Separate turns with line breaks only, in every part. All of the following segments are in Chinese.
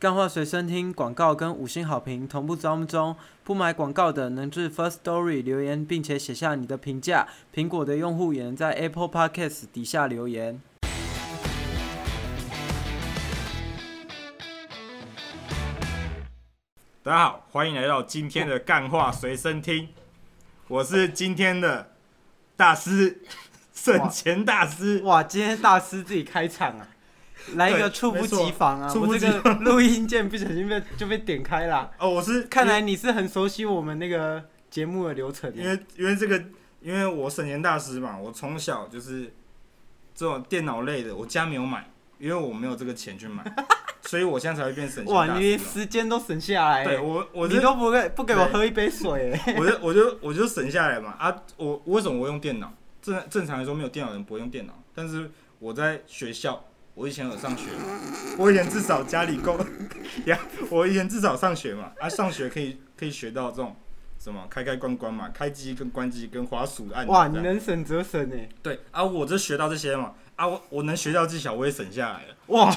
干话随身听广告跟五星好评同步招募中，不买广告的能至 First Story 留言，并且写下你的评价。苹果的用户也能在 Apple Podcast 底下留言。
大家好，欢迎来到今天的干话随身听，我是今天的大师，省钱大师。
哇，今天大师自己开场啊，来一个
对
猝不
没错
及防啊！
猝
我
不
这
及
个录音键不小心被就被点开了。
哦，我是
看来你是很熟悉我们那个节目的流程
因
的。
为因为这个，因为我省钱大师嘛，我从小就是这种电脑类的，我家没有买，因为我没有这个钱去买， 所以我现在才会变省钱
哇，
大
你
师
连
嘛。
时间都省下来欸，
对我，我
你
是
都不给不啊给我
对
喝一杯 水欸，
我就我就我就省下来嘛啊！我我为什么我用电脑？正正常来说，没有电脑的人不会用电脑，但是我在学校，我以前有上学嘛，我以前至少家里够呀，我以前至少上学嘛啊，上学可以可以学到这种什么开开关关嘛，开机跟关机跟滑鼠的按钮
哇，
这
你
样
能省则省哎。
对啊，我就学到这些嘛啊，我我能学到技巧，我也省下来了。
哇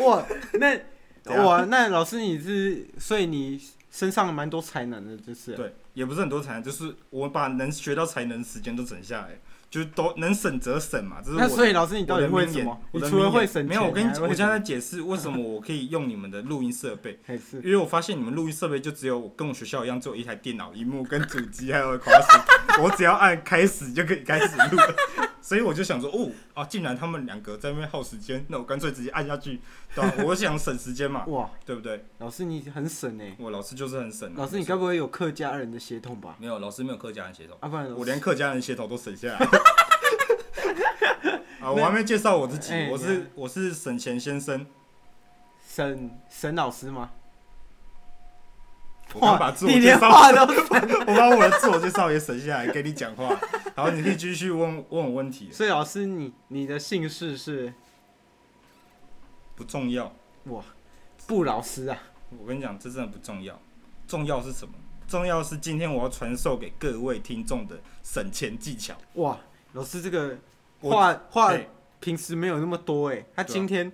哇，那
怎样
哇那老师你是，所以你身上蛮多才能的，就是
对，也不是很多才能，就是我把能学到才能的时间都省下来，就都能省则省嘛。这是我
那
的
所以老师你到底
我
会
的名
什
言
么？
我
你
的
除了
名言
会省钱，
没有，我跟
你
你
还
我
会
现
什
在
么
在解释为什么我可以用你们的录音设备，
还是
因为我发现你们录音设备就只有我跟我学校一样，只有一台电脑、荧幕跟主机还有滑鼠，我只要按开始就可以开始录了。 所以我就想说，哦啊，竟然他们两个在那边耗时间，那我干脆直接按下去，对吧、我想省时间嘛，
哇，
对不对？
老师你很省哎。
我老师就是很省啊、
老师你该不会有客家人的血统吧？
没有老师没有客家人协同，
啊，不然
我连客家人血统都省下来。 啊，我还没介绍我自己
哎，
我
你
是我是省钱先生，
沈沈老师吗？
我
哇
刚把自我
你
介
连
绍，
话都
我把我的自我介绍也省下来给你讲话，然后你可以继续问问我问题，
所以老师你你的姓氏是
不重要。
布老师啊？
我跟你讲，这真的不重要，重要是什么？重要是今天我要传授给各位听众的省钱技巧。
哇，老师这个
我
话话
哎
平时没有那么多哎，他
对啊
今天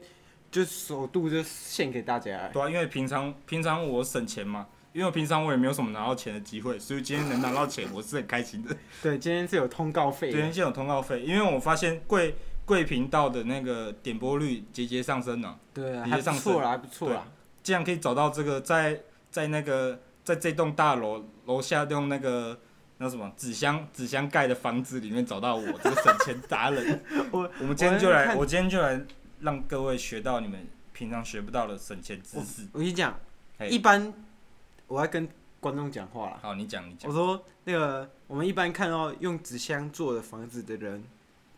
就首度就献给大家了。欸
对啊，因为平常平常我省钱嘛，因为我平常我也没有什么拿到钱的机会，所以今天能拿到钱，我是很开心的。
对，今天是有通告费
今天
的。
现有通告费，因为我发现贵贵频道的那个点播率节节上升了、
对啊，
直接
还不
上
错
升
啦，还不错啦。
竟然可以找到这个在在那个在这栋大楼楼下用那个那什么纸箱纸箱盖的房子里面找到我这个省钱达人。
我
我们今天就
我在
来，
看
我今天就来让各位学到你们平常学不到的省钱知识。
我跟你讲，
嘿
一般我要跟观众讲话啦。
好，你讲你讲
我。说那个，我们一般看到用纸箱做的房子的人，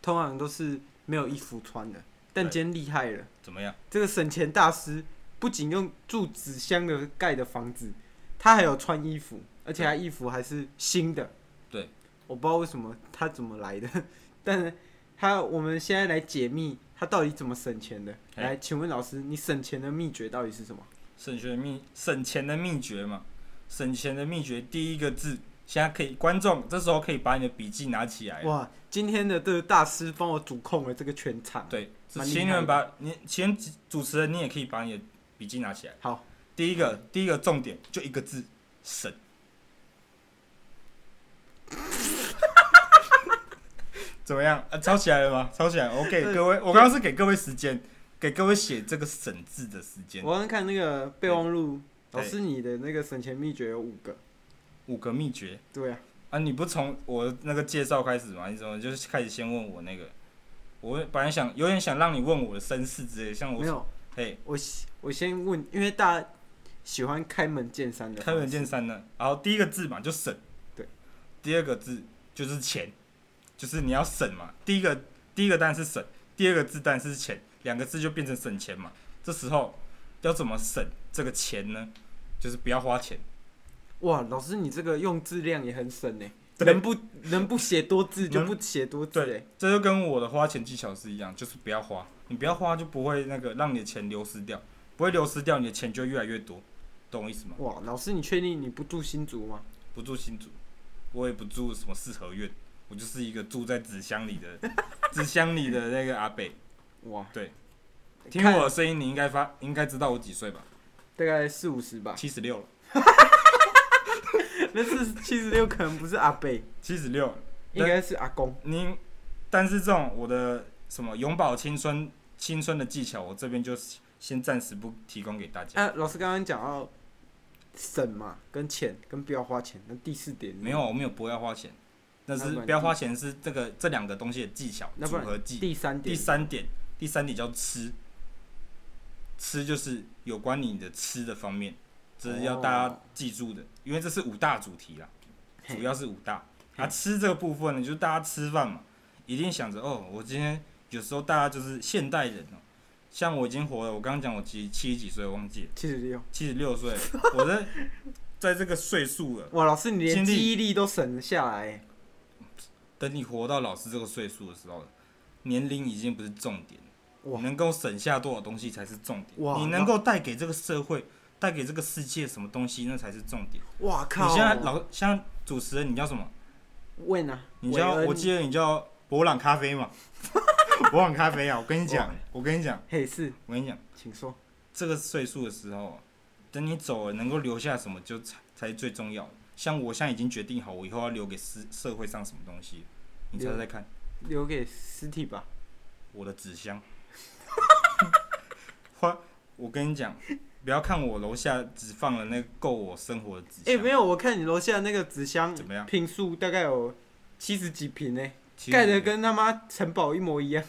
通常都是没有衣服穿的。但
对
今天厉害了，
怎么样？
这个省钱大师不仅用住纸箱的盖的房子，他还有穿衣服，而且他衣服还是新的。
对，
我不知道为什么他怎么来的， 但是他我们现在来解密他到底怎么省钱的。
嘿
来，请问老师，你省钱的秘诀到底是什么？
省学秘省钱的秘诀嘛，省钱的秘诀第一个字，现在可以观众这时候可以把你的笔记拿起来了。
哇，今天的这个大师帮我主控了这个全场。
对，
蛮厉
请你
害
们
的
把你请主持人，你也可以把你的笔记拿起来。
好，
第一个第一个重点就一个字，省。 怎么样？啊，抄起来了吗？抄起来了。我给
对
各位，我刚刚是给各位时间，给各位写这个“省”字的时间。
我刚刚看那个备忘录，
对
老师你的那个省钱秘诀有五个。
五个秘诀
对啊，
啊！你不从我那个介绍开始吗？你怎么就是开始先问我那个？我本来想有点想让你问我的身世之类，像
没
我
有，
嘿，
我先我先问，因为大家喜欢开门见山的方
开
式，
门见山呢。然后第一个字嘛，就省。
对。
第二个字就是钱，就是你要省嘛。第一个第一个当然是省，第二个字当然是钱，两个字就变成省钱嘛。这时候要怎么省这个钱呢？就是不要花钱。
哇，老师你这个用字量也很省呢，
对
能不能不写多字就
能
不写多字哎，
这就跟我的花钱技巧是一样，就是不要花，你不要花就不会那个让你的钱流失掉，不会流失掉，你的钱就越来越多，懂我意思吗？
哇，老师你确定你不住新竹吗？
不住新竹，我也不住什么四合院，我 就是一个住在纸箱里的纸箱里的那个阿北。
哇，
对，听
看
我的声音，你应该发应该知道我几岁吧？
大概四五十 吧。
七十六了，
那是七十六，可能不是阿贝，
七十六。
应该是阿公。
您，但是这种我的什么永葆青春青春的技巧，我这边就先暂时不提供给大家。
哎、老师刚刚讲到省嘛，跟钱，跟不要花钱，那第四点
没有，我没有不要花钱，但
那
是
不然
不要花钱是这个这两个东西的技巧
那不
组
然
合技。
第三点，
第三点，第三点叫吃，吃就是有关你的吃的方面，这是要大家
哦
记住的，因为这是五大主题啦，
嘿
主要是五大
嘿
啊。吃这个部分呢，就是大家吃饭嘛，一定想着哦，我今天有时候大家就是现代人哦，像我已经活了，我刚刚讲我几七十几岁，我忘记了，
七十六。
七十六岁，我在 在这个岁数了。
哇，老师你连
经历
记忆力都省了下来、欸
等你活到老师这个岁数的时候，年龄已经不是重点了，
哇
你能够省下多少东西才是重点，
哇
你能够带给这个社会、带给这个世界什么东西，那才是重点。
哇
你
靠！
现在老像主持人，你叫什么？
问啊，
你叫
韦恩
我记得你叫博朗咖啡嘛？ 博朗咖啡啊！我跟你讲
哇，
我跟你讲，
嘿是，
我跟你讲，
请说。
这个岁数的时候，啊等你走了，能够留下什么就才才是最重要的。像我现在已经决定好，我以后要留给社社会上什么东西，你猜猜看。
留给尸体吧。
我的纸箱。 花，我跟你讲，不要看我楼下只放了那个够我生活的纸
哎、
箱，
没有，我看你楼下那个纸箱
怎么样
平数大概有七十几平呢、
其实
盖的跟他妈城堡一模一样。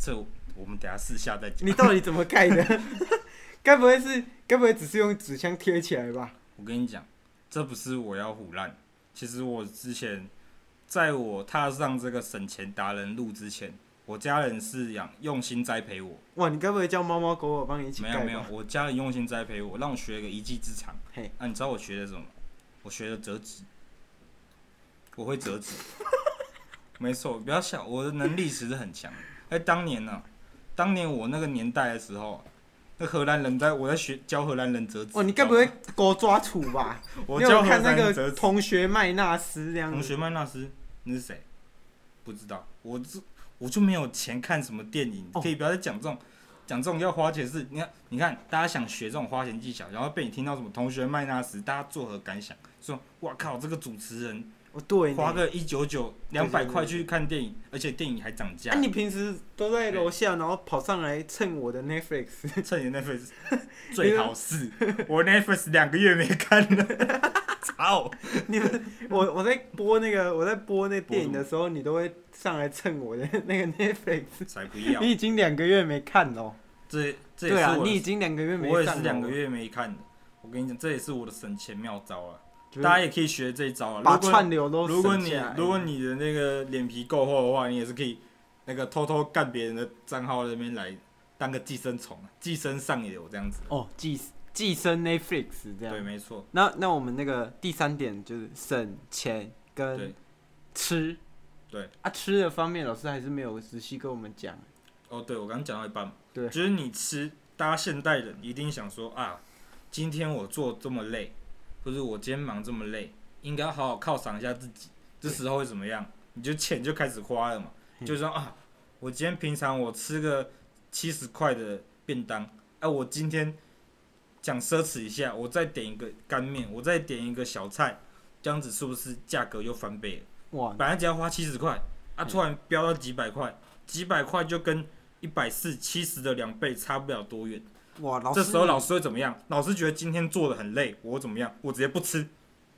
这我们等下私下再讲。
你到底怎么盖的？ 该不会是该不会只是用纸箱贴起来吧？
我跟你讲，这不是我要胡乱，其实我之前在我踏上这个省钱达人路之前，我家人是养用心栽培我，
哇，你该不会叫猫猫狗狗帮你一起
没
盖吧？
有没有，我家人用心栽培我，让我学一个一技之长。
嘿，
啊，你知道我学的什么？我学的折纸，我会折 纸。没错，不要想我的能力其实很强。哎、当年呢、当年我那个年代的时候，那荷兰人在我在学教荷兰人折纸。
哇，哦你该不会狗抓土吧？
我
你有
教荷
看那
兰人折
个
纸？
同学麦纳斯这样
同
子？
学麦纳斯，你是谁？不知道，我这我就没有钱看什么电影，
哦
可以不要再讲这种。讲这种要花钱是，你看，你看，大家想学这种花钱技巧，然后被你听到什么同学麦纳斯，大家作何感想？说，哇靠，这个主持人
哦，对呢，
花个一九九
对
两
对
百
对
块去看电影，而且电影还涨价
啊，，你平时都在楼下，然后跑上来蹭我的 Netflix，
趁 你 Netflix 最好是，我 Netflix 两个月没看了， 操！
你们我我在播那个我在播那电影的时候，你都会上来蹭我的那个 Netflix。
才不要
你，已经两个月没看了哦，
这这也
对
是
啊，
我
你已
的，
经两个月没
我也
上
是
了哦
两个，月没看的。我跟你讲，这也是我的省钱妙招啊！
就是
大家也可以学这一招啊。
把
如果
串流都
如果
省
你
下来
如果你的那个脸皮够厚的话，你也是可以那个偷偷干别人的账号那边来当个寄生虫啊，寄生上游这样子。
哦寄寄生 Netflix 这
对，
样，
没错，
那那我们那个第三点就是省钱跟
对
吃，
对。
啊吃的方面老师还是没有仔细跟我们讲，
哦，对，我刚刚讲到一半嘛，
对
就是你吃，大家现代人一定想说啊，今天我做这么累，或者我今天忙这么累，应该好好犒赏一下自己。这时候会怎么样？你就钱就开始花了嘛，
嗯
就说啊，我今天平常我吃个七十块的便当，哎、我今天讲奢侈一下，我再点一个干面，我再点一个小菜，这样子是不是价格又翻倍了？
哇，
本来只要花七十块，啊，
嗯
突然飙到几百块，几百块就跟一百四七十的两倍差不了多远。
哇，老师，
这时候老师会怎么样？老师觉得今天做的很累，我怎么样？我直接不吃，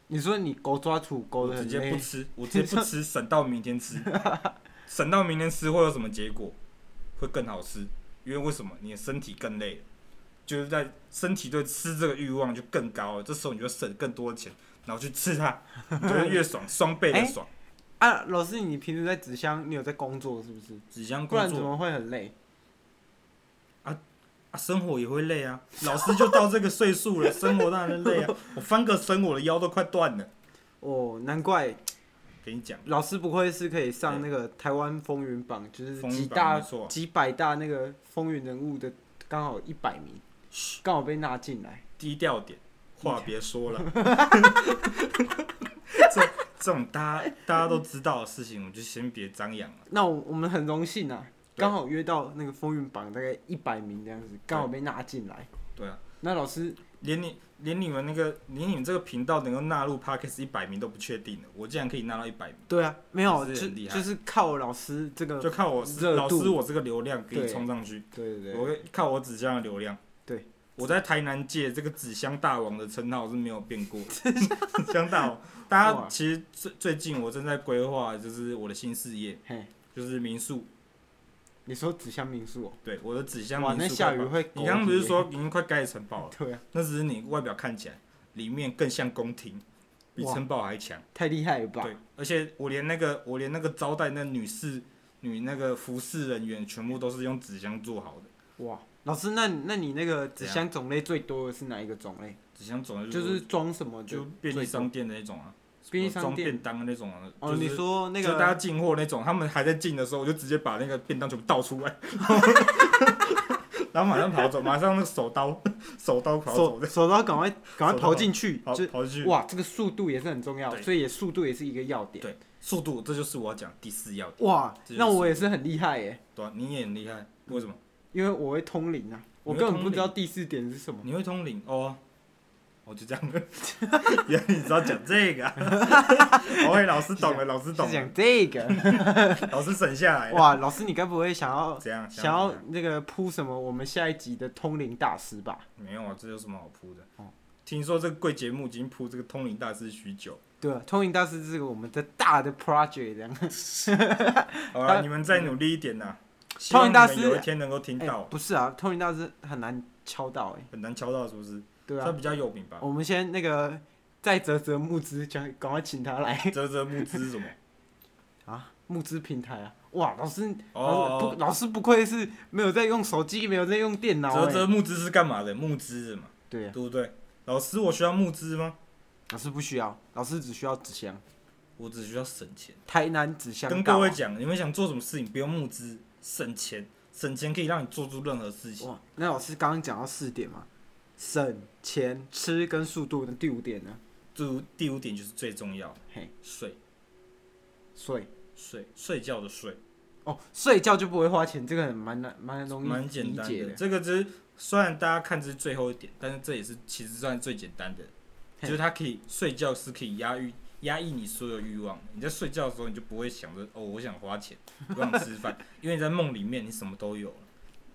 你说你狗抓土狗
我
的
直
很
接不
累，
吃，我直接 不吃，省到明天吃，省到明天吃会有什么结果？会更好吃，因为为什么？你的身体更累了，就是在身体对吃这个欲望就更高了。这时候你就省更多的钱，然后去吃它，你就会 越爽，双倍的
哎
爽。
啊，老师你平时在纸箱你有在工作是不是？
纸箱
不
工
然
作
怎么会很累？
啊，生活也会累啊。老师就到这个岁数 了，生活当然累啊。我翻个身，我的腰都快断了。
哦，难怪
给你讲，
老师不愧是可以上那个台湾风云榜，就是
风
几
云榜
大
没错
几百大那个风云人物的刚好一百名，
嘘，
刚好被纳进来。
低调点，话别 说了。这这种大家大家都知道的事情，我就先别张扬了。
那我我们很荣幸啊，刚好约到那个风云榜大概一百名这样子，刚好被纳进来。
对啊，
那老师
连你连你们那个连你们这个频道能够纳入 Parkes 一百名都不确定了，我竟然可以纳到一百名，
对啊，没有
也是
就
很厉害
就是靠老师这个
就靠我
热
老
度
师我这个流量可以
对
冲上去，
对对
我
对，
会靠我纸箱的流量。
对，
我在台南界这个纸箱大王的称号是没有变过，纸箱大王。大家
哇
其实最最近我正在规划，就是我的新事业，
嘿，
就是民宿。
你说指向民宿、
对，我的纸
哦，
箱
哇，那
民宿
下
快
雨
爆。
会狗急耶。
你刚刚不是说已经快盖城堡了？
对啊，
那只是你外表看起来，里面更像宫廷，比
哇
城堡还强。
太厉害了吧？
对，而且我连那个我连那个招待那女士女那个服侍人员，全部都是用纸箱做好的。
哇，老师，那那你那个纸
怎样
箱种类最多的是哪一个种类？
纸箱总的
就是装什么的
就便利商店的那种啊，
便利
什
商
么装
店
便当的那种啊。
哦，
就是
你说那
就大
个
家进货那种，他们还在进的时候，我就直接把那个便当全部倒出 来，然后马上跑走，马上那个手刀 手刀跑走
手手刀赶快赶快
手刀
刨进去，
跑
就
跑出去。
哇，这个速度也是很重要，
对
所以也速度也是一个要点。
对速度，这就是我要讲第四要点。
哇，
这就是
那我也是很厉害耶，
对、啊，你也很厉
嗯
害，为什么？
因为我会通灵啊，我
你会
根本
通
不知道
灵
第四点是什么。
你会通灵哦。我就这 样了，原来你知道讲这个、啊。哦，老师懂了，老师
是
懂了，
讲这 个
老师省下来了。
哇，老师，你该不会想要
怎样？
想要那个铺什么我们下一集的通灵大师吧？
没有啊，这有什么好铺的？
哦
听说这个贵节目已经铺这个通灵大师许久。
对啊，通灵大师这个我们的大的 project 这样。
好啊，
他
你们再努力一点呐、希
通
望
灵
你
大
们
师
有一天能够听
哎、
到，
不是啊，通灵大师很难敲到哎、
很难敲到是不是？
对
他
啊，
比较有名吧？
我们先那个再折折募资，赶赶快请他来
泽泽木 之什么？
啊， 募资平台啊，哇，老师，老师
哦
不，，老师不愧是没有在用手机，没有在用电脑、
泽泽
欸，
木之是干嘛的？募资的嘛，
对
对
啊，
不对？老师，我需要募资吗？
老师不需要，老师只需要纸箱，
我只需要省钱。
台南纸箱啊
跟
大
各
王
位讲，你们想做什么事情，不用募资，省钱，省钱可以让你做出任何事情。
哇，那老师刚刚讲到四点嘛，省钱、吃跟速度，那第五点呢？
第五第五点就是最重要的
嘿，
睡
睡
睡睡觉的睡。
哦，睡觉就不会花钱，这个很蛮难蛮容易
蛮简
理
单
解
的。。这个只是虽然大家看这是最后一点，但是这也是其实算最简单的，
嘿
就是它可以睡觉是可以压抑压抑你所有欲望。你在睡觉的时候，你就不会想着哦，我想花钱，我想吃饭，因为你在梦里面你什么都有了。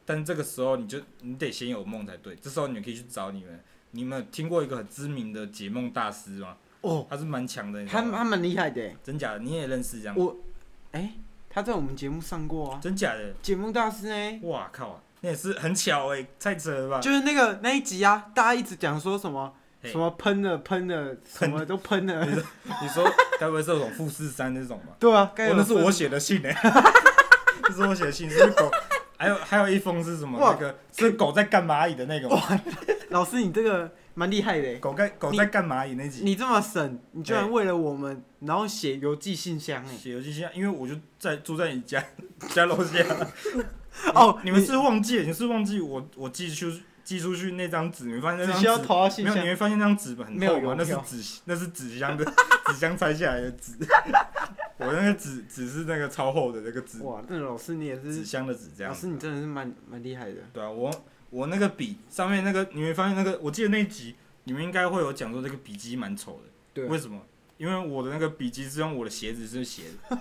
但这个时候你就你得先有梦才对。这时候你可以去找你们，你们有听过一个很知名的解梦大师吗？
哦，
他是蛮强的，你知
他
道吗
他蛮厉害的欸，
真假的你也认识这样？
我哎、他在我们节目上过啊，
真假的？
节目大师呢，
哇靠、那也是很巧哎、太扯了吧？
就是那个那一集啊，大家一直讲说什么
嘿
什么喷了喷了，什 么都喷了，
你说该不会是那种富士山那种吧？
对啊，该
哦，
有
那是
分
我写的信 哎、欸，那是我写的信，是狗。还有还有一封是什么？
哇
那个是狗在干蚂蚁的那个吗？
老师你这个蛮厉害的欸，
狗在狗在干蚂蚁那集。
你这么省，你居然
嘿
为了我们然后写邮寄信箱 哎，
写邮寄信啊箱，因为我就在住在你家家楼下。
哦，
你们是忘记了，你是忘记我我寄出寄出去那张纸，你会发现那
只
张
需要
纸
投到
没
信
有，
箱
你。会发现那张纸很
没有
厚嘛
邮，
那是
票
纸那是纸 箱的纸箱拆下来的纸。 我那个纸纸是那个超厚的那个纸
哇，那老师你也
纸
是，
箱的纸这样
老
子。
师你真的是蛮蛮厉害的。
对啊，我我那个笔上面那个，你会发现那个，我记得那一集你们应该会有讲说这个笔记蛮丑的，
对啊
为什么？因为我的那个笔记是用我的鞋子是写 的，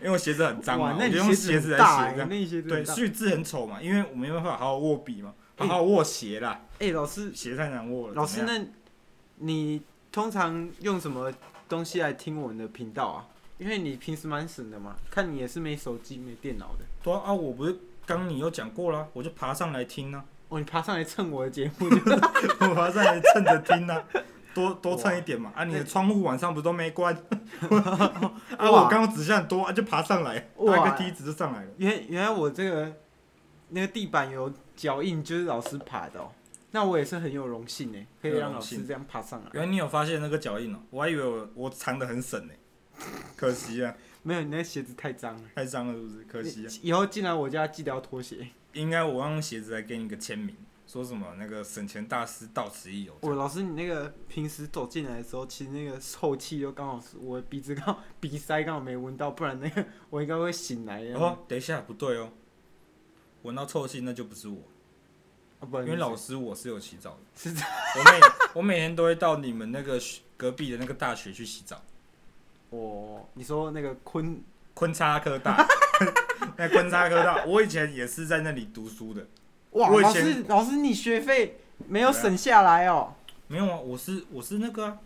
因为我鞋子很脏
哇
嘛，，
那
啊我
你
就用鞋
子很
来
大
写这
欸，
样。
那你鞋子
对，
很大。
所以字很丑嘛，因为我没办法好好握笔嘛，好好握鞋啦，
哎，老师，
鞋太难握了。
老师
怎么样，
那，你通常用什么东西来听我们的频道啊？因为你平时蛮省的嘛，看你也是没手机没电脑的。
对啊啊，我不是刚你有讲过啦，我就爬上来听呢、
哦，你爬上来蹭我的节目就，
我爬上来蹭着听呢、多多蹭一点嘛啊！你的
那
窗户晚上不是都没关？啊，
哇
我刚刚指向很多，啊就爬上来，搭
哇
个梯子就上来了。
原原来我这个那个地板有脚印，就是老师爬的哦。那我也是很有荣幸哎，可以
有
让
荣
老
幸
师这样爬上来。
原来你有发现那个脚印哦、我还以为我我藏得很深呢、 可惜啊，
没有，你那鞋子太脏了。
太脏了是不是？可惜啊，
你以后进来我家记得要脱鞋。
应该我用鞋子来给你个签名，说什么那个省钱大师到此一游。
我老师，你那个平时走进来的时候，其实那个臭气就刚好 是我的鼻子刚好鼻塞刚好没闻到，不然那个我应该会醒来的。
哦，等一下，不对哦，闻到臭气，那就不是我，
啊不然
因为
你
老
是
师我是有洗澡的。
是这样
我每我每天都会到你们那个学隔壁的那个大学去洗澡，
哦，你说那个昆
昆差 科大，那昆差科大，我以前也是在那里读书的。
哇，
我以
老
前
师老师你学费没有
对啊
省下来 哦，
没有啊，我是我是那个、啊，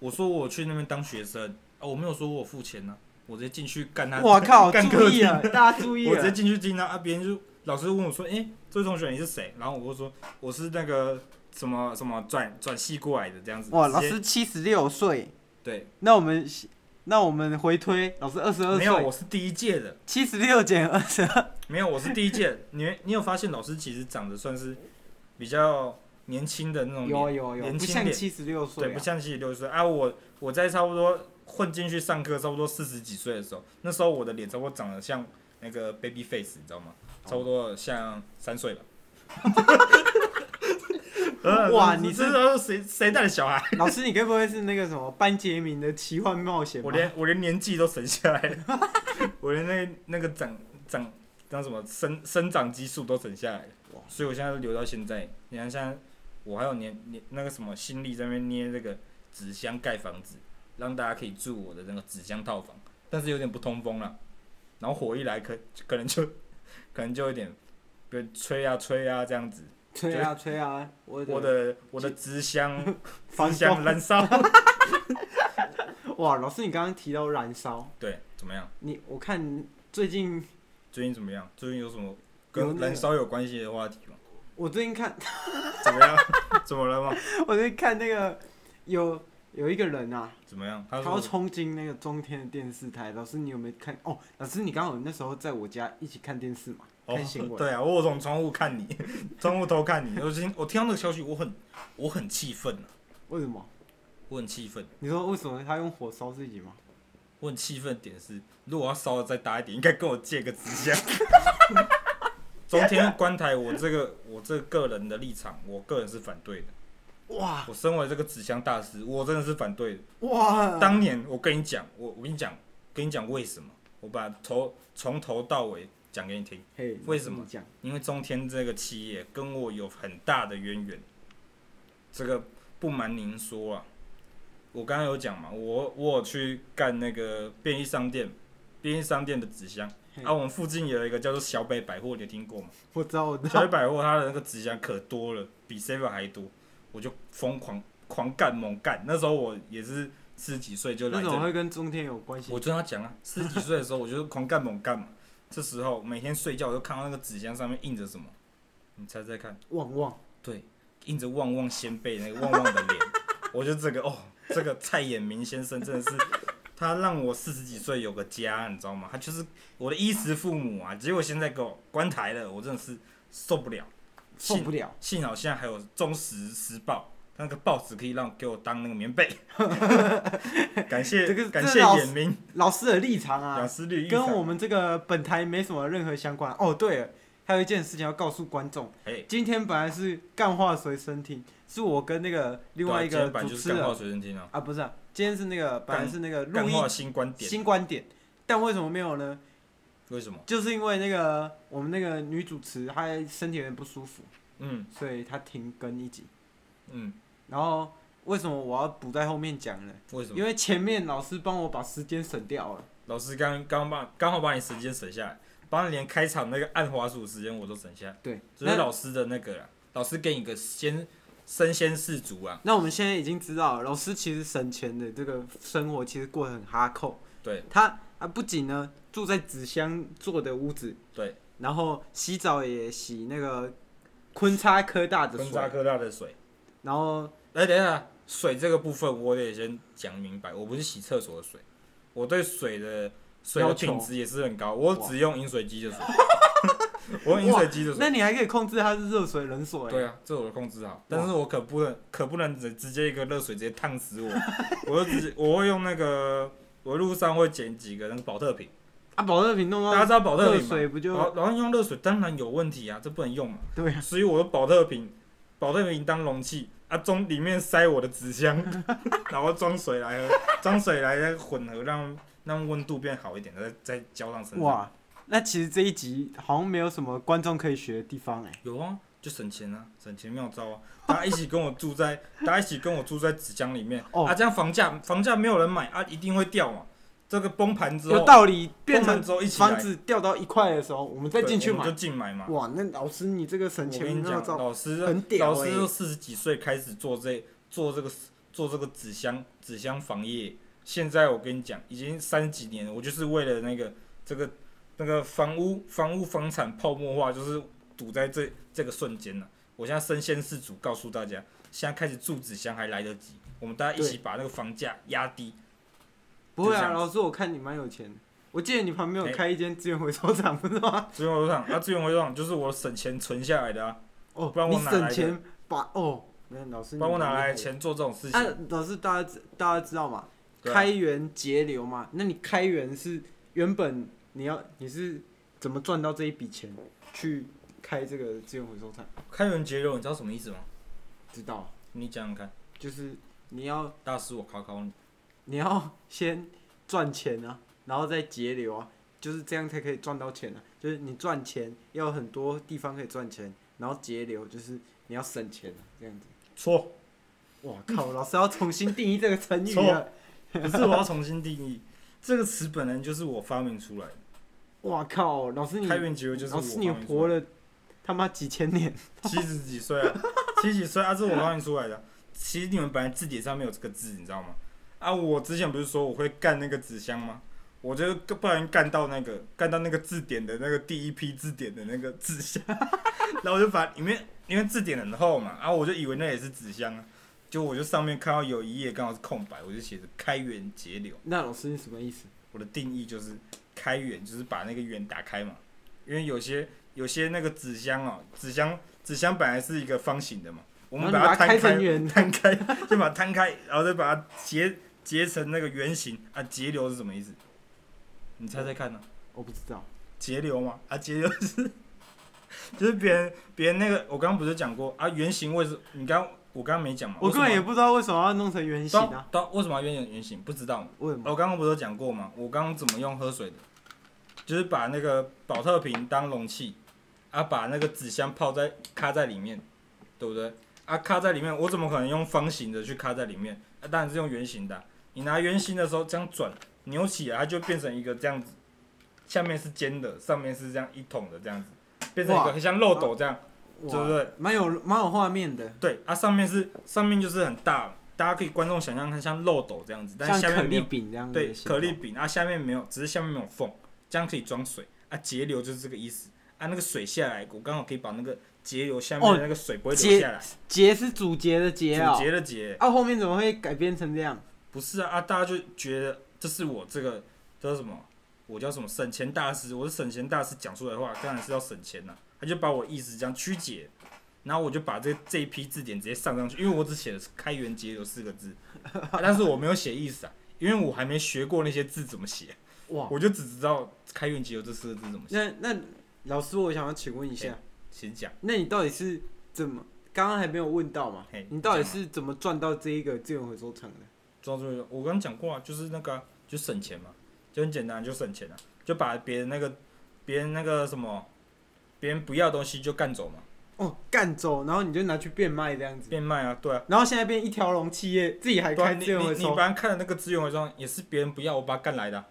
我说我去那边当学生啊，我没有说我付钱呢、我直接进去干他。
我靠，
干客
注意
厅
了，大家注意
我直接
了，
进去听他啊，别人就老师问我说：“哎、这位同学你是谁？”然后我就说：“我是那个什么什么转转系过来的这样子。”
哇，老
直接
师七十六岁，
对，
那我们那我们回推，老师二十二
没有，
岁，
我是第一届的，
七十六减二十二，
没有，我是第一届的。你你有发现老师其实长得算是比较年轻的那种
有
脸，
有有，
年
不
轻
像
点
七十六
对，
岁
不
啊，
像七十六岁啊。我我在差不多混进去上课，差不多四十几岁的时候，那时候我的脸差不多长得像那个 baby face，你知道吗？
哦
差不多像 三岁吧。呃
哇
这
你
这
是
这谁谁带的小孩？
老师你该不会是那个什么班杰明的奇幻冒险吧？
我连我连年纪都省下来了，我连那那个长长那什么生生长激素都省下来了
哇，
所以我现在都留到现在。你看现在我还有年年那个什么心力在那边捏那个纸箱盖房子，让大家可以住我的那个纸箱套房，但是有点不通风了。然后火一来可可能就可能就有点被吹啊吹啊这样子，
吹啊吹啊，我
我的我的纸箱
房
纸箱
东
燃烧，
哇，老师你刚刚提到燃烧，
对，怎么样？
你我看最近
最近怎么样？最近有什么
有
跟
那个
燃烧有关系的话题吗？
我最近看。
怎么样？ 怎么了吗？
我在看那个有有一个人啊，
怎么样？
他
他
要
说
冲进那个中天的电视台。老师，你有没有看？哦，老师，你刚好那时候在我家一起看电视嘛？
哦
看新闻，
对啊，我有从窗户看你， 窗户偷看你。我听我听到那个消息，我很我很气愤啊，
为什么？
我很气愤。
你说为什么他用火烧自己吗？
我很气愤的点是，如果要烧的再大一点，应该跟我借个纸箱。 中天观台，我这个我这个人的立场，我个人是反对的。
哇
我身为这个纸箱大师，我真的是反对的。
哇！
当年我跟你讲，我我跟你讲，跟你讲为什么？我把头从头到尾讲给你听。
嘿，
为什么
你讲？
因为中天这个企业跟我有很大的渊源，这个不瞒您说啊，我刚刚有讲嘛，我我有去干那个便利商店，便利商店的纸箱
嘿
啊，我们附近有一个叫做小北百货，你有听过吗？
我知道，我知
小
道
北，百货它的那个纸箱可多了，比 seven 还多，我就疯狂狂干猛干，那时候我也是十几岁就来
那
这
种
里
会跟中天有关系
我？就跟他 讲啊，十几岁的时候我就是狂干猛干嘛，这时候每天睡觉我就看到那个纸箱上面印着什么，你猜猜看？
旺旺，
对，印着旺旺先辈那个旺旺 的脸，我就这个哦，这个蔡衍明先生真的是，他让我四十几岁有个家，你知道吗？他就是我的衣食父母啊，结果现在给我关台了，我真的是受不了。
受
幸
不了，
幸好现在还有中时时报，那个报纸可以让给我当那个 棉被，感谢
这个
感
这
谢
老师
衍明。
老师的立场
雅
啊，
思率
跟我们这个本台没什么任何相关。哦，对了，还有一件事情要告诉观众。
哎，
今天本来是干话随身听，是我跟那个另外一
对啊今
个
天本来
主
就
持
是干话
人
随身听啊，
啊，不是、啊，今天是那个本来是那个
干
录音
话新观点，
新观点，但为什么没有呢？
为什么？
就是因为那个我们那个女主持她身体有点不舒服，
嗯
所以她停更一集。
嗯，
然后为什么我要补在后面讲呢？
为什
因
么？
为前面老师帮我把时间省掉了。
老师刚刚把刚好把你时间省下来，帮你连开场那个按滑鼠时间我都省下来，
对，
这是
那
老师的那个啦，啊老师给你个先身先士卒啊，
那我们现在已经知道了，老师其实省钱的这个生活其实过得很哈扣。
对
他啊，不仅呢住在纸箱做的屋子，
对，
然后洗澡也洗那个昆差科大的
昆
水
沙，科大的水。
然后
哎，等一下，水这个部分我得先讲明白，我不是洗厕所的水，我对水的水的
要求
品质也是很高，我
哇
只用饮水机的水， 我用饮水机的水。
那你还可以控制它是热水冷水、
对啊，这我控制好，但是我可不能可不能直直接一个热水直接烫死我， 我就直接我会用那个，我路上会捡几个那个保特瓶，
啊，保乐瓶弄
大家
到
知道保特
热
瓶嘛，
水不就
然后然后用热水当然有问题啊，这不能用嘛，
对啊？
所以我的保特瓶，保特瓶当容器啊，中里面塞我的纸箱， 然后装水来喝，装水来再混合，让让温度变好一点，再再浇上身上。
哇，那其实这一集好像没有什么观众可以学的地方哎、
有啊，就省钱啊，省钱妙招啊！大家一起跟我住在，大家一起跟我住在纸箱里面、
哦
啊，这样房价房价没有人买啊，一定会掉嘛。这个崩盘之后，
有道理。变
崩盘
成
之后一起来
房子掉到一块的时候，我们再进去
对我们
买
就。进买嘛。
哇，那老师你这个
我
省
跟
钱
你
妙
讲，
招，
老师
很屌
老师
欸
都四十几岁开始做这做这个做这个纸箱纸箱防疫，现在我跟你讲，已经三十几年了，我就是为了那个这个那个房屋房屋房产泡沫化，就是堵在这这个瞬间了。我现在身先士卒，告诉大家，现在开始住纸箱还来得及，我们大家一起把那个房价压低。
不会
就这
啊，
样
老师我看你蛮有钱的。我记得你旁边有
哎
开一间资源回收厂， 不是吗？
资源回收厂，那、啊、资源回收厂就是我省钱存下来的啊，
哦
不然，我
你
哪来
省
的
钱把哦，没有老师，
帮我哪来的
钱？
钱做这种事情？
啊，老师，大家知大家知道嘛？
对啊
开源节流嘛？那你开源是原本你要你是怎么赚到这一笔钱去开这个资源回收厂？
开源节流，你知道什么意思吗？
知道，
你讲讲看，
就是你要
大师我考考你。
你要先赚钱啊，然后再节流啊，就是这样才可以赚到钱啊。就是你赚钱要有很多地方可以赚钱，然后节流就是你要省钱啊，这样子。
错，
哇靠，老师要重新定义这个成语啊了。
不是我要重新定义这个词，本来就是我发明出来的。
哇靠，老师你
开源节流就是我
嗯老
发
师，你
明出
活
来的。
了他妈几千年，
七十几岁 啊，七十几岁啊，这是我发明出来的。其实你们本来字典上面有这个字，你知道吗？啊，我之前不是说我会干那个纸箱吗？我就不小心干到那个干到那个字典的那个第一批字典的那个纸箱， 然后我就把里面因为字典很厚嘛，然后我就以为那也是纸箱啊，就我就上面看到有一页刚好是空白，我就写着开源节流。
那老师你什么意思？
我的定义就是开源，就是把那个源打开嘛。因为有些有些那个纸箱哦，纸箱纸箱本来是一个方形的嘛，我们
然后
把
你把它
它摊
开成圆
摊开就把它摊开，然后再把它截截成那个圆形啊。节流是什么意思？你猜猜看呢、
我不知
啊
道。
节流嘛，啊，节流是就是别人别人那个，我刚刚不是讲过啊，圆形为什？你刚我刚刚没讲嘛，
我根本也
不
不知道为什么要弄成圆形啊？
到为什么要圆形圆形？不知道嘛。
为什么？
哦我刚刚不是有讲过吗？我刚刚怎么用喝水的？就是把那个保特瓶当容器，啊，把那个纸箱泡在卡在里面，对不对？啊，卡在里面，我怎么可能用方形的去卡在里面？啊，当然是用圆形的啊、你拿圆形的时候这样转扭起来，它就变成一个这样子，下面是尖的，上面是这样一桶的这样子，变成一
哇
个很像漏斗这样，对不
哇，
对？
蛮有蛮有画面的，
对，啊，上面是上面就是很大，大家可以观众想象看像漏斗这样子，但
像
是下
可
面没
丽
有
饼这样子
对，
的形状。
可丽饼啊，下面没有，只是下面没有缝，这样可以装水啊。节流就是这个意思啊，那个水下来，我刚好可以把那个节流下面
哦
的那个水不会流
节
下来。
节是主节的节啊
主、节的节
啊，后面怎么会改编成这样？
不是啊啊，大家就觉得这是我这个这是什么？我叫什么省钱大师？我是省钱大师，讲出来的话当然是要省钱呐、他就把我意思这样曲解，然后我就把这这一批字典直接上上去，因为我只写了“开源节流”四个字、啊但是我没有写意思啊，因为我还没学过那些字怎么写。
哇，
我就只知道开源节流这四个字怎么写，
那那老师，我想要请问一下，
请讲。
那你到底是怎么？刚刚还没有问到嘛
嘿？
你到底
讲
是怎么赚到这一个资源回收厂的？
庄主任，我刚刚讲过啊，就是那个啊、就省钱嘛，就很简单，就省钱啊，就把别人那个别人那个什么别人不要的东西就干走嘛，
哦，干走，然后你就拿去变卖这样子。
变卖啊，对啊，
然后现在变一条龙企业，自己还
对啊，
开
你
资源回
你你
收
本，来看的那个资源回收也是别人不要，我把它干来的 啊、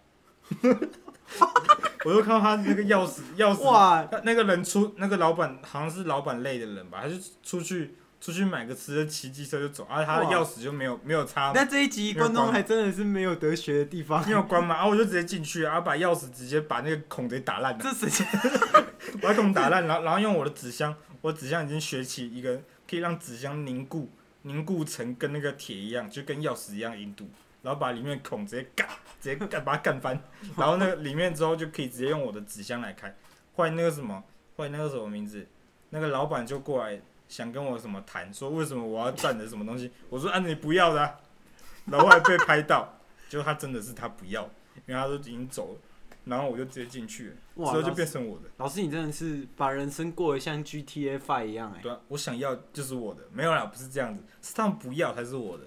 我就看到他那个钥匙钥匙
哇！
那那个人出那个老板好像是老板类的人吧，他就出去出去买个吃的，骑机车就走，啊，他的
哇
钥匙就没有没有插嘛
那这一集观众还真的是没有得学的地方
你，有关吗？啊，我就直接进去，啊，把钥匙直接把那个孔直接打烂 了，
这时间
把孔打烂，然后然后用我的纸箱，我纸箱已经学起一个可以让纸箱凝固凝固成跟那个铁一样，就跟钥匙一样硬度，然后把里面的孔直接干，直接干把它干翻，然后那个里面之后就可以直接用我的纸箱来开。后来那个什么，后来那个什么名字，那个老板就过来想跟我什么谈，说为什么我要占的什么东西，我说啊你不要的啊、然后后来被拍到，就他真的是他不要，因为他都已经走了，然后我就直接进去了，之
哇，
后就
老
变
师
成我的。
老师你真的是把人生过得像 GTA Five 一样哎、
对啊，我想要就是我的，没有啦，不是这样子，是他们不要才是我的，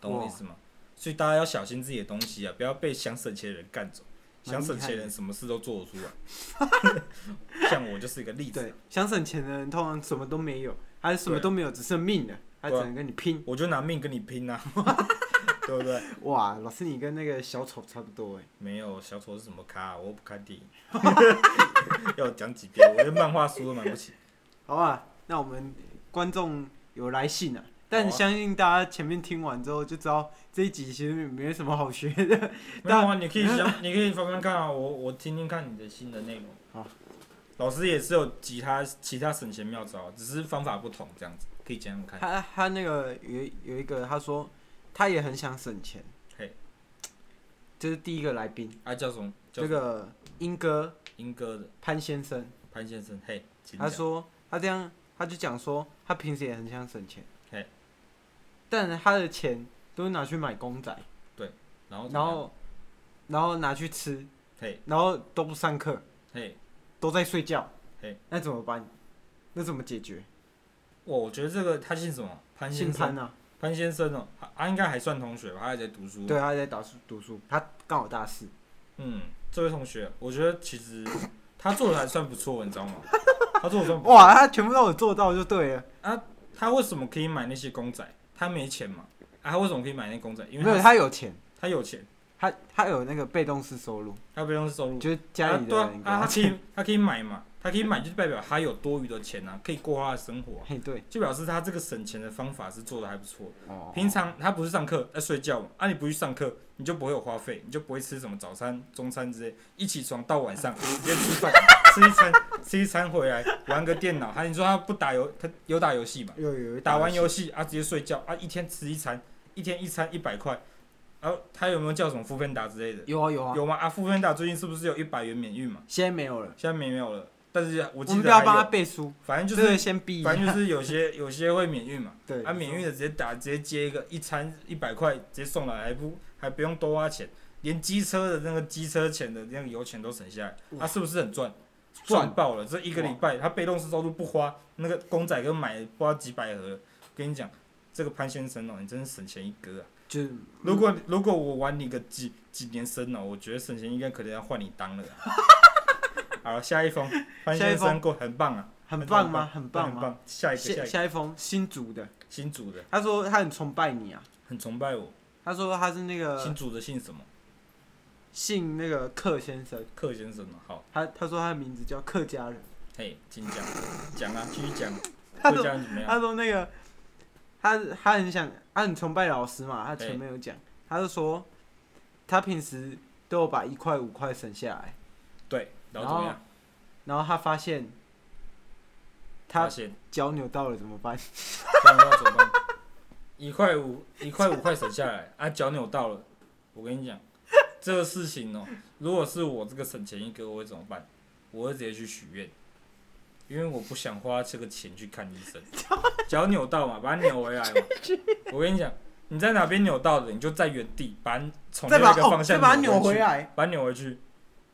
懂我
哇
意思吗？所以大家要小心自己的东西啊，不要被想省钱的人干走。想省钱的人什么事都做得出来，像我就是一个例子。
对，想省钱的人通常什么都没有，还是什么
对啊
都没有，只剩命了，他只
对啊
能跟你拼。
我就拿命跟你拼啊， 对不对？
哇，老师你跟那个小丑差不多哎。
没有小丑是什么咖，我又不看电影， 要讲几遍，我连漫画书都买不起。
好吧，那我们观众有来信啊，
好
但
啊
相信大家前面听完之后就知道这一集其实没什么好学 的。
没有啊，你可以想，你可以翻翻看啊，我我听听看你的新的内容。
好，
老师也是有其他其他省钱妙招，啊只是方法不同这样子，可以讲讲看。
他他那个有有一个他说他也很想省钱，
嘿，
这是第一个来宾，
啊，叫什么？叫
这个英哥
英哥的
潘先生，
潘先生，嘿，请
他
讲
说他这样他就讲说他平时也很想省钱
嘿，
但他的钱都是拿去买公仔，
然哦后怎
然
么样
后然后拿去吃，
嘿
然后都不上课，
嘿，
都在睡觉
嘿，
那怎么办？那怎么解决？
哇，我觉得这个他姓什么？潘
姓
先生，
潘啊，
潘先生哦，他他应该还算同学吧，他还在读书。
对，他在打书读书，他刚好大四，
嗯，这位同学，我觉得其实他做的还算不错，你知道 吗？他做的算不错
哇，，他全部都有做到就对了。
他为什么可以买那些公仔？他没钱嘛？啊，他为什么可以买那公仔？因为
没有，他有钱，
他有钱，
他他有那个被动式收入，
他不用收入。
就是家里的
啊
人给
对啊，
他
啊他可
钱。
以 他可以买嘛？他可以买就代表他有多余的钱啊，可以过他的生活啊、
嘿，对，
就表示他这个省钱的方法是做的还不错的。
哦
平常他不是上课在睡觉嘛？啊，你不去上课，你就不会有花费，你就不会吃什么早餐、中餐之类。一起床到 晚上直接吃饭，吃一餐，吃一餐回来玩个电脑。还、你说他不打游，他有打游戏嘛？
有有有
打完游戏啊，直接睡觉啊，一天吃一餐，一天一餐一百块。然、后他有没有叫什么富芬达之类的？
有啊有啊，
有吗？啊，富芬达最近是不是有一百元免运嘛？
现在没有了，
现在没有了，但是我
我
记
们不
得
要
还
帮他
有，
背书，
反正就
这个
是
先逼一下
反。正就是有些有些会免运嘛，
对，
啊免运的直接打直接接一个一餐一百块直接送来，还不还不用多花钱，连机车的那个机车钱的那个油钱都省下来，他、
哇
是不是很赚？
赚
赚爆了！这一个礼
哇
拜他被动式收入不花，那个公仔跟买不知道几百盒了。跟你讲，这个潘先生哦，你真是省钱一哥啊！
就是
如果如果我玩你个几几年生哦，我觉得省钱应该可能要换你当了 啊。好，下一封，潘
下一
先
封
生过很棒啊，
很棒吗？很棒
棒
吗？
棒。下一个，
下
下一个，
下一封新竹的，
新主的
他说他很崇拜你啊，
很崇拜我，
他说他是那个
新主的姓什么？
姓那个克先生，
克先生嘛，好，
他他说他的名字叫客家 人，
嘿，请讲，讲啊，继续讲，
他
客
说
家人怎么样？
他说那个他他很想他很崇拜老师嘛，他前面有讲，他就说他平时都有把一块五块省下来，
对，然后怎么
然
样？
然后他发现
发
他
现，
脚扭到了怎么办？
这样要怎 么办？一块五，一块五块省下来，啊，脚扭到了。我跟你讲，这个事情哦，如果是我这个省钱一哥，我会怎么办？我会直接去许愿，因为我不想花这个钱去看医生。脚扭到嘛，把它扭回来嘛。我跟你讲，你在哪边扭到的，你就在原地把它从
再
另外
把
一个
哦
方
再
向
把它扭
扭回
回
去。
来，
把它扭回去。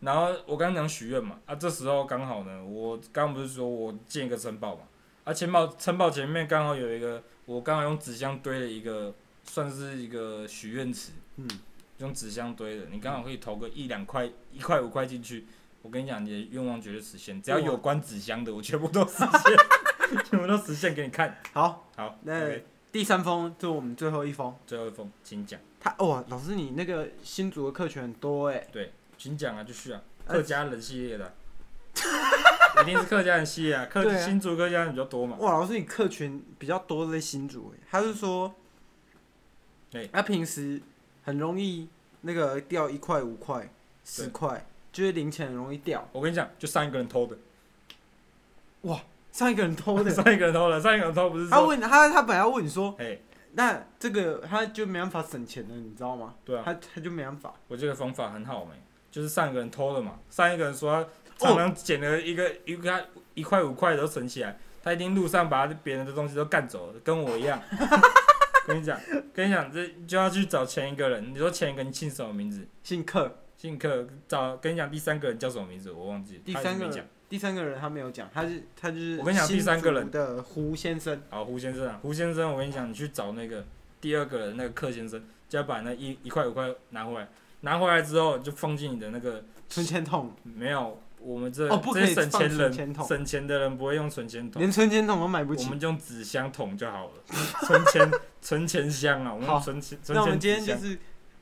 然后我刚刚讲许愿嘛，啊，这时候刚好呢，我刚刚不是说我建一个城堡嘛，啊，城堡城堡前面刚好有一个，我刚好用纸箱堆了一个，算是一个许愿池，
嗯，
用纸箱堆的，你刚好可以投个一两块、一块五块进去。我跟你讲，你的愿望绝对实现，只要有关纸箱的，我全部都实现， 全部都实现给你看。
好，
好，
那
OK，
第三封就是我们最后一封。
最后一封，请讲，
他哇，老师你那个新竹的客群很多哎、
请讲啊，就续啊，
呃
客家人系列的， 一定是客家人系列啊，客
对啊
新竹客家人比较多嘛。
哇，老师你客群比较多在新竹哎、他是说，
对
他平时很容易那个掉一块五块十块，就是零钱很容易掉。
我跟你讲，就上一个人偷的，
上一个人偷的，
上一个人偷的，上一个人偷不是
他
说，
问他他本来要问你说，
哎，
那这个他就没办法省钱了，你知道吗？
对啊，
他他就没办法，
我这个方法很好没，就是上一个人偷的嘛，上一个人说他常常捡了一个一个一块五块的都存起来，他一定路上把别人的东西都干走了，跟我一样。 跟你讲，跟你讲，这就要去找前一个人。你说前一个人姓什么名字？
姓客。
姓克。找跟你讲，第三个人叫什么名字？我忘记了。
第
他一直
三个
没讲
人，第三个人他没有讲，他是他就是
我跟你讲第三个人
新竹的胡先 生，
好，胡先生啊，胡先生，我跟你讲，你去找那个第二个人那个克先生，就要把那一一块五块拿回来，拿回来之后就放进你的那个
存钱筒，
没有，我们这、
哦不可
这
以
些省
放
钱
存
人
钱筒
省钱的人不会用存钱筒，
连存钱筒都买不
我
起。
们就用纸箱桶就好了，存钱存钱箱啊，我们用
好
存钱
那我
存
们今
钱
天
纸
就
箱，
是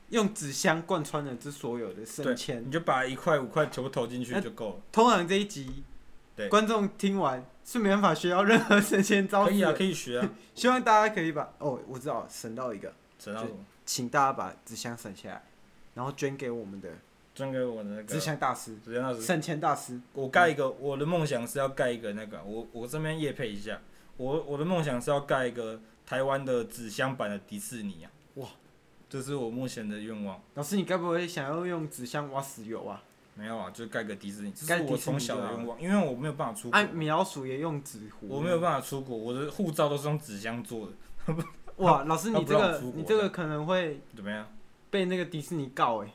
用纸箱贯穿了这所有的省钱。
你就把一块五块球投进去就够了。
通常这一集
对，
观众听完是没办法学到任何省钱招
可
式
以
的。
啊，可 以学啊，
希望大家可以把哦，我知道省到一个，
省到什么？
请大家把纸箱省下来，然后捐给我们
啊
的
捐给我的那个
纸箱大师、
纸箱老师。
省钱大师。
我盖一个，我的梦想是要盖一个那个，我我这边夜配一下，我我的梦想是要盖一个台湾的纸箱版的迪士尼啊！
哇，
这是我目前的愿望。
老师，你该不会想要用纸箱挖石油啊？
没有啊，就盖个迪士尼，这
盖
是
迪士尼啊
我从小的愿望，因为我没有办法出国，
哎、米老鼠也用纸糊。
我没有办法出国，我的护照都是用纸箱做的，
哇，老师
他
你
不
这
让我
个
出国
你这个可能会
怎么样？
被那个迪士尼告哎、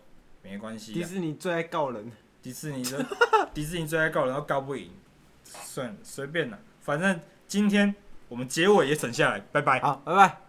没关系、
迪
啊，
士尼最爱告人。
迪士尼的 迪士尼最爱告人，然后告不赢，算了，随便了，反正今天我们结尾也省下来，拜拜。
好，拜拜。